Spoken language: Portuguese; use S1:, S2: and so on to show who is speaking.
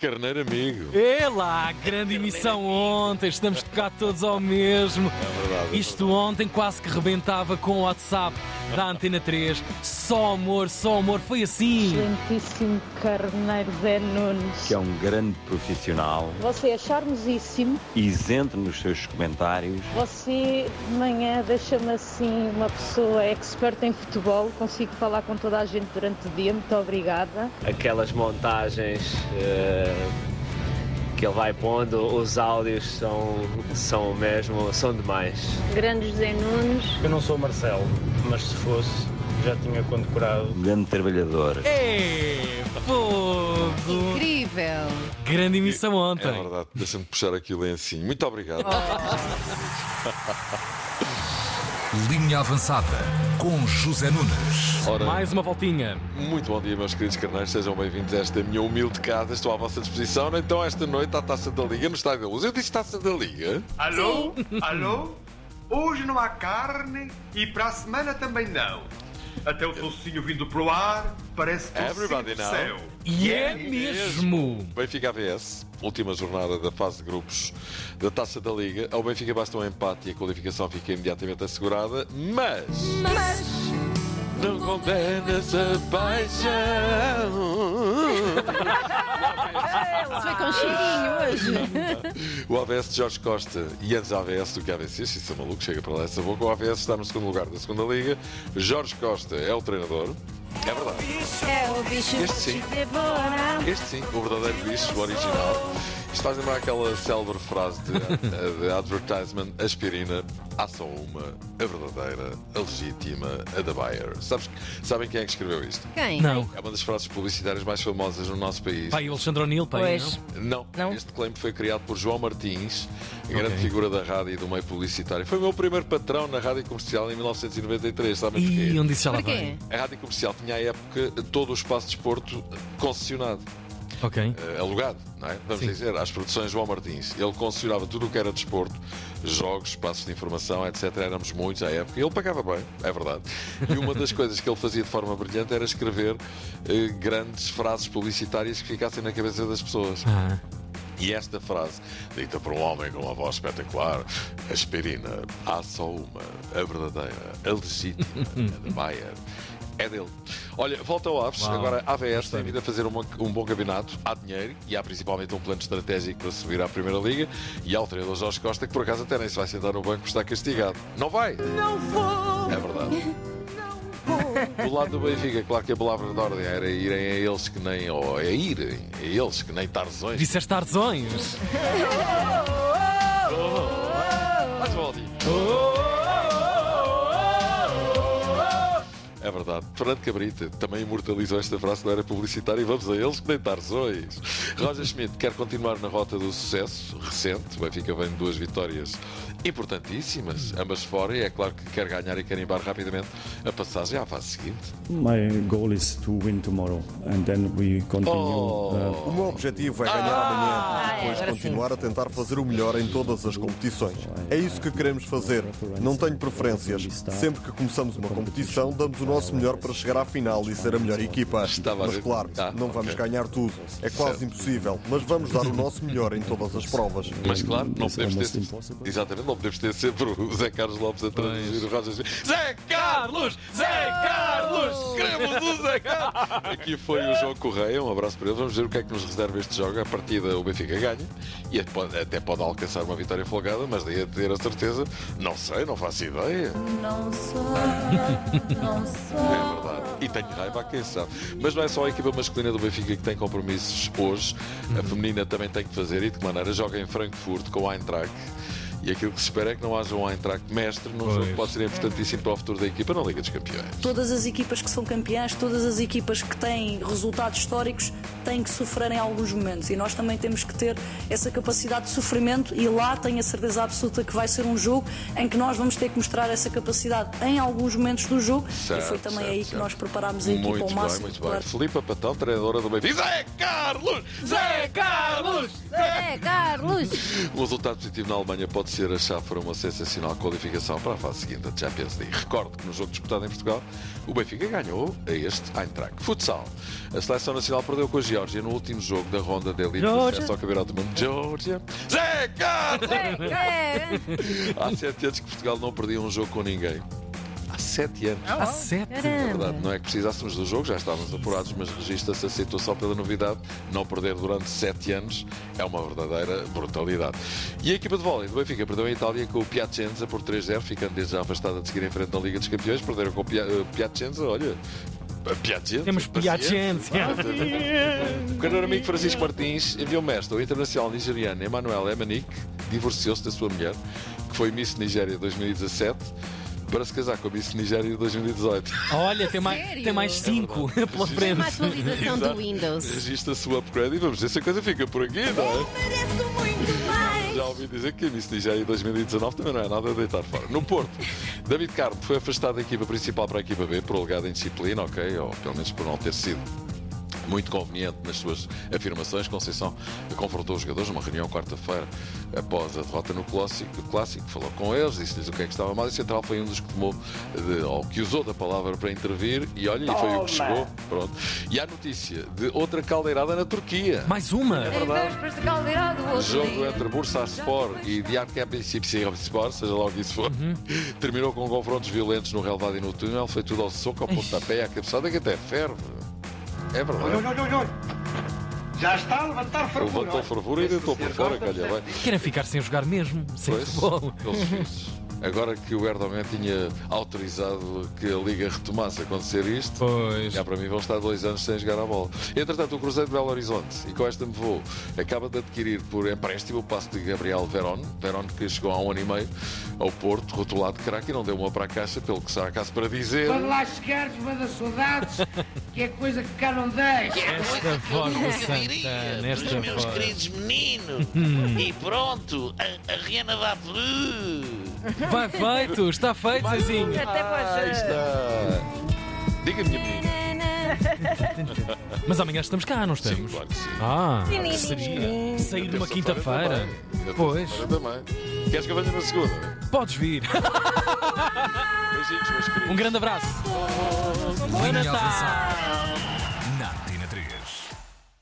S1: Carneiro amigo.
S2: É lá, grande emissão ontem, estamos cá todos ao mesmo.
S1: É
S2: Isto ontem quase que rebentava com o WhatsApp da Antena 3. Só amor, só amor, foi assim.
S3: Excelentíssimo Carneiro Zé Nunes.
S4: que é um grande profissional,
S3: Você é charmosíssimo.
S4: isento nos seus comentários.
S3: Você de manhã deixa-me assim uma pessoa experta em futebol. Consigo falar com toda a gente durante o dia. Muito obrigada.
S5: aquelas montagens eh, que ele vai pondo, os áudios são, são mesmo, são demais.
S3: Grande José Nunes.
S6: Eu não sou Marcelo, mas se fosse, já tinha condecorado.
S4: Um grande trabalhador.
S2: É fogo.
S7: Incrível.
S2: Grande emissão
S1: É
S2: ontem.
S1: verdade, deixa-me puxar aqui o lencinho. Muito obrigado.
S8: Linha Avançada com José Nunes.
S1: Ora,
S2: Mais uma voltinha.
S1: Muito bom dia, meus queridos carnais. Sejam bem-vindos a esta minha humilde casa. Estou à vossa disposição. Então, esta noite, à Taça da Liga, no Estádio da Luz. Eu disse Taça da Liga?
S9: Alô? Alô? Hoje não há carne e para a semana também não. Até o tocinho vindo pro ar parece tocinho
S1: Everybody
S9: do
S1: now.
S9: céu.
S2: E é mesmo.
S1: Benfica AVS, última jornada da fase de grupos da Taça da Liga. Ao Benfica basta um empate e a qualificação fica imediatamente assegurada, mas. Não condenas a
S7: Se
S1: paixão.
S7: foi com cheirinho hoje.
S1: O AVS de Jorge Costa e antes AVS do que AVC, se isso é maluco, chega para lá essa boca. O AVS está no segundo lugar da segunda Liga. Jorge Costa é o treinador. É verdade.
S7: É o bicho
S1: Este sim. Este sim, o verdadeiro bicho, o original. Isto faz lembrar aquela célebre frase de, de advertisement: aspirina, há só uma, a verdadeira, a legítima, a da Bayer. Sabes, sabem quem é que escreveu isto?
S7: Quem?
S2: Não.
S1: É uma das frases publicitárias mais famosas no nosso país.
S2: Pai, o Alexandre O'Neill, pai.
S7: Pois.
S2: não?
S1: Não,
S7: Não?
S1: este claim foi criado por João Martins, grande figura da rádio e do meio publicitário. Foi o meu primeiro patrão na rádio comercial em 1993, sabem porquê?
S2: E onde isso já lá
S7: Porquê?
S2: vai?
S1: A rádio comercial tinha à época todo o espaço de desporto concessionado
S2: Ok.
S1: eh, alugado, não é? Vamos
S2: Sim.
S1: dizer, às produções João Martins. Ele concessionava tudo o que era desporto, jogos, espaços de informação, etc. Éramos muitos à época. Ele pagava bem, é verdade. E uma das coisas que ele fazia de forma brilhante era escrever eh, grandes frases publicitárias que ficassem na cabeça das pessoas.
S2: Ah.
S1: E esta frase, dita por um homem com uma voz espetacular, aspirina, há só uma, a verdadeira, a legítima, a de Bayer. É dele. Olha, volta ao Aves.
S2: Uau,
S1: Agora, a AVS tem
S2: história.
S1: vindo a fazer um, bom- um bom campeonato. Há dinheiro e há principalmente um plano estratégico para subir à Primeira Liga. E há o treinador Jorge Costa, que por acaso até nem se vai sentar no banco, está castigado. Não vai! Não vou! É verdade. Do lado do Benfica, claro que a palavra de ordem era irem a eles que nem. ou é irem a eles que nem Tarzões.
S2: Disseste tarzões.
S1: Mais uma voltinha. É verdade. Fernando Cabrita também imortalizou esta frase não era publicitária e vamos a eles que nem tarzões. Roger Schmidt quer continuar na rota do sucesso recente. O Benfica vem de duas vitórias importantíssimas, ambas fora, e é claro que quer ganhar e quer embar rapidamente a passagem à fase seguinte.
S6: My goal is to win tomorrow and then we continue. uh,
S1: Oh.
S10: O meu objetivo é ganhar amanhã
S7: Ah,
S10: e depois
S7: agora
S10: continuar a tentar fazer o melhor em todas as competições. É isso que queremos fazer. Não tenho preferências. Sempre que começamos uma competição, damos o nosso melhor para chegar à final e ser a melhor equipa.
S1: Estava a
S10: Mas
S1: ver.
S10: claro,
S1: Ah,
S10: não vamos
S1: ok.
S10: ganhar tudo. É quase impossível. Mas vamos dar o nosso melhor em todas as provas.
S1: Mas claro, não
S6: It's
S1: podemos ter.
S6: almost impossible.
S1: Exatamente, não podemos ter sempre o Zé Carlos Lopes a traduzir o Roger Schmidt. Zé Carlos! Zé Carlos! Queremos o Zé Carlos! Aqui foi o João Correia, um abraço para ele. Vamos ver o que é que nos reserva este jogo. A partida o Benfica ganha e até pode- até pode alcançar uma vitória folgada, mas daí a ter a certeza, não sei, não faço ideia. É verdade. E tenho raiva a quem sabe. Mas não é só a equipa masculina do Benfica que tem compromissos hoje. A feminina também tem que fazer e de que maneira joga em Frankfurt com o Eintracht. E aquilo que se espera é que não haja um Eintracht mestre num jogo que pode ser importantíssimo para o futuro da equipa na Liga dos Campeões.
S11: Todas as equipas que são campeãs, todas as equipas que têm resultados históricos têm que sofrer em alguns momentos e nós também temos que ter essa capacidade de sofrimento e lá tenho a certeza absoluta que vai ser um jogo em que nós vamos ter que mostrar essa capacidade em alguns momentos do jogo e foi
S1: Certo,
S11: também
S1: certo,
S11: aí que
S1: certo.
S11: nós preparámos a equipa
S1: muito
S11: ao máximo
S1: bem, muito
S11: para
S1: bem. Filipa Patão, treinadora do Benfica. Zé Carlos! Zé Carlos! Carlos!
S7: Zé Carlos!
S1: Um resultado positivo na Alemanha pode ser a chave para uma sensacional qualificação para a fase seguinte da Champions League. Recordo que no jogo disputado em Portugal, o Benfica ganhou a este Eintracht. Futsal. A seleção nacional perdeu com a Geórgia no último jogo da ronda da elite do
S12: Geórgia.
S1: acesso ao campeonato do mundo. Geórgia. Zé Carlos! Há sete anos que Portugal não perdia um jogo com ninguém. Há sete
S7: Oh.
S1: anos.
S2: Há sete?
S1: É verdade, não é que precisássemos do jogo, já estávamos apurados, mas registra-se a situação pela novidade. Não perder durante sete anos é uma verdadeira brutalidade. E a equipa de vôlei do Benfica perdeu em Itália com o Piacenza por 3-0, ficando desde já afastada de seguir em frente na Liga dos Campeões. Perderam com o Pia- eh, Piacenza, olha. eh, Piacenza.
S2: Temos
S1: paciência.
S2: Piacenza.
S1: Ah, tudo bem. O caro amigo Francisco Martins enviou-me esta. O internacional nigeriano Emmanuel Emanik divorciou-se da sua mulher, que foi Miss Nigéria 2017, para se casar com a Miss Nigéria 2018.
S2: Olha, tem mais,
S7: Sério?
S2: tem mais
S13: É
S2: cinco pela
S1: Regista-
S2: frente.
S7: uma atualização do
S1: Exato.
S7: Windows.
S1: Registra-se o upgrade e vamos ver se a coisa fica por aqui, não é? Já ouvi dizer que a Miss Nigéria 2019 também não é nada a deitar fora. No Porto, David Carmo foi afastado da equipa principal para a equipa B por alegada indisciplina, ok? Ou pelo menos por não ter sido muito conveniente nas suas afirmações. Conceição confrontou os jogadores numa reunião quarta-feira após a derrota no Clássico, Clássico falou com eles, disse-lhes o que é que estava mal e o Central foi um dos que tomou, de- ou que usou da palavra para intervir e olha, e foi o que
S14: Toma!
S1: chegou. Pronto. E há notícia de outra caldeirada na Turquia.
S2: Mais uma?
S1: É
S14: Em
S1: verdade.
S14: vésperas de caldeirado, o outro
S1: Jogo
S14: dia.
S1: entre Bursaspor e Diyarbakir seja lá o que isso for, terminou com confrontos violentos no relevado e no túnel. Foi tudo ao soco, ao pontapé, à cabeçada que até ferve. É
S9: Olha,
S1: verdade.
S9: olha, olha, olha. Já está a levantar fervura.
S1: Levantou fervura e deitou por fora, calha bem.
S2: Querem ficar sem jogar mesmo? Sem
S1: Pois,
S2: futebol.
S1: eles fixos. Agora que o Erdogan tinha autorizado que a Liga retomasse a acontecer isto, já para mim vão estar dois anos sem jogar a bola. Entretanto, o Cruzeiro de Belo Horizonte, e com esta me vou, acaba de adquirir por empréstimo o passo de Gabriel Verón, Verón que chegou há um ano e meio ao Porto, rotulado de craque, e não deu uma para a caixa, pelo que será caso para dizer.
S15: Quando lá chegares, manda saudades, que é coisa que cá não deixa.
S2: É Esta voz do Santana, esta
S13: meus
S2: voz.
S13: queridos meninos.
S2: Hum.
S13: e pronto, a, a Rihanna vai plus.
S2: Vai feito, está feito, Zezinho.
S1: Ah, Aí está. Diga-me, minha menina.
S2: Mas amanhã estamos cá, não estamos?
S1: claro que sim.
S2: Ah, que seria sair de uma quinta-feira.
S1: Pois. também. Queres que eu venha na segunda?
S2: Podes vir.
S1: Beijinhos, meus queridos.
S2: Um grande abraço. Bom Natal.
S8: Na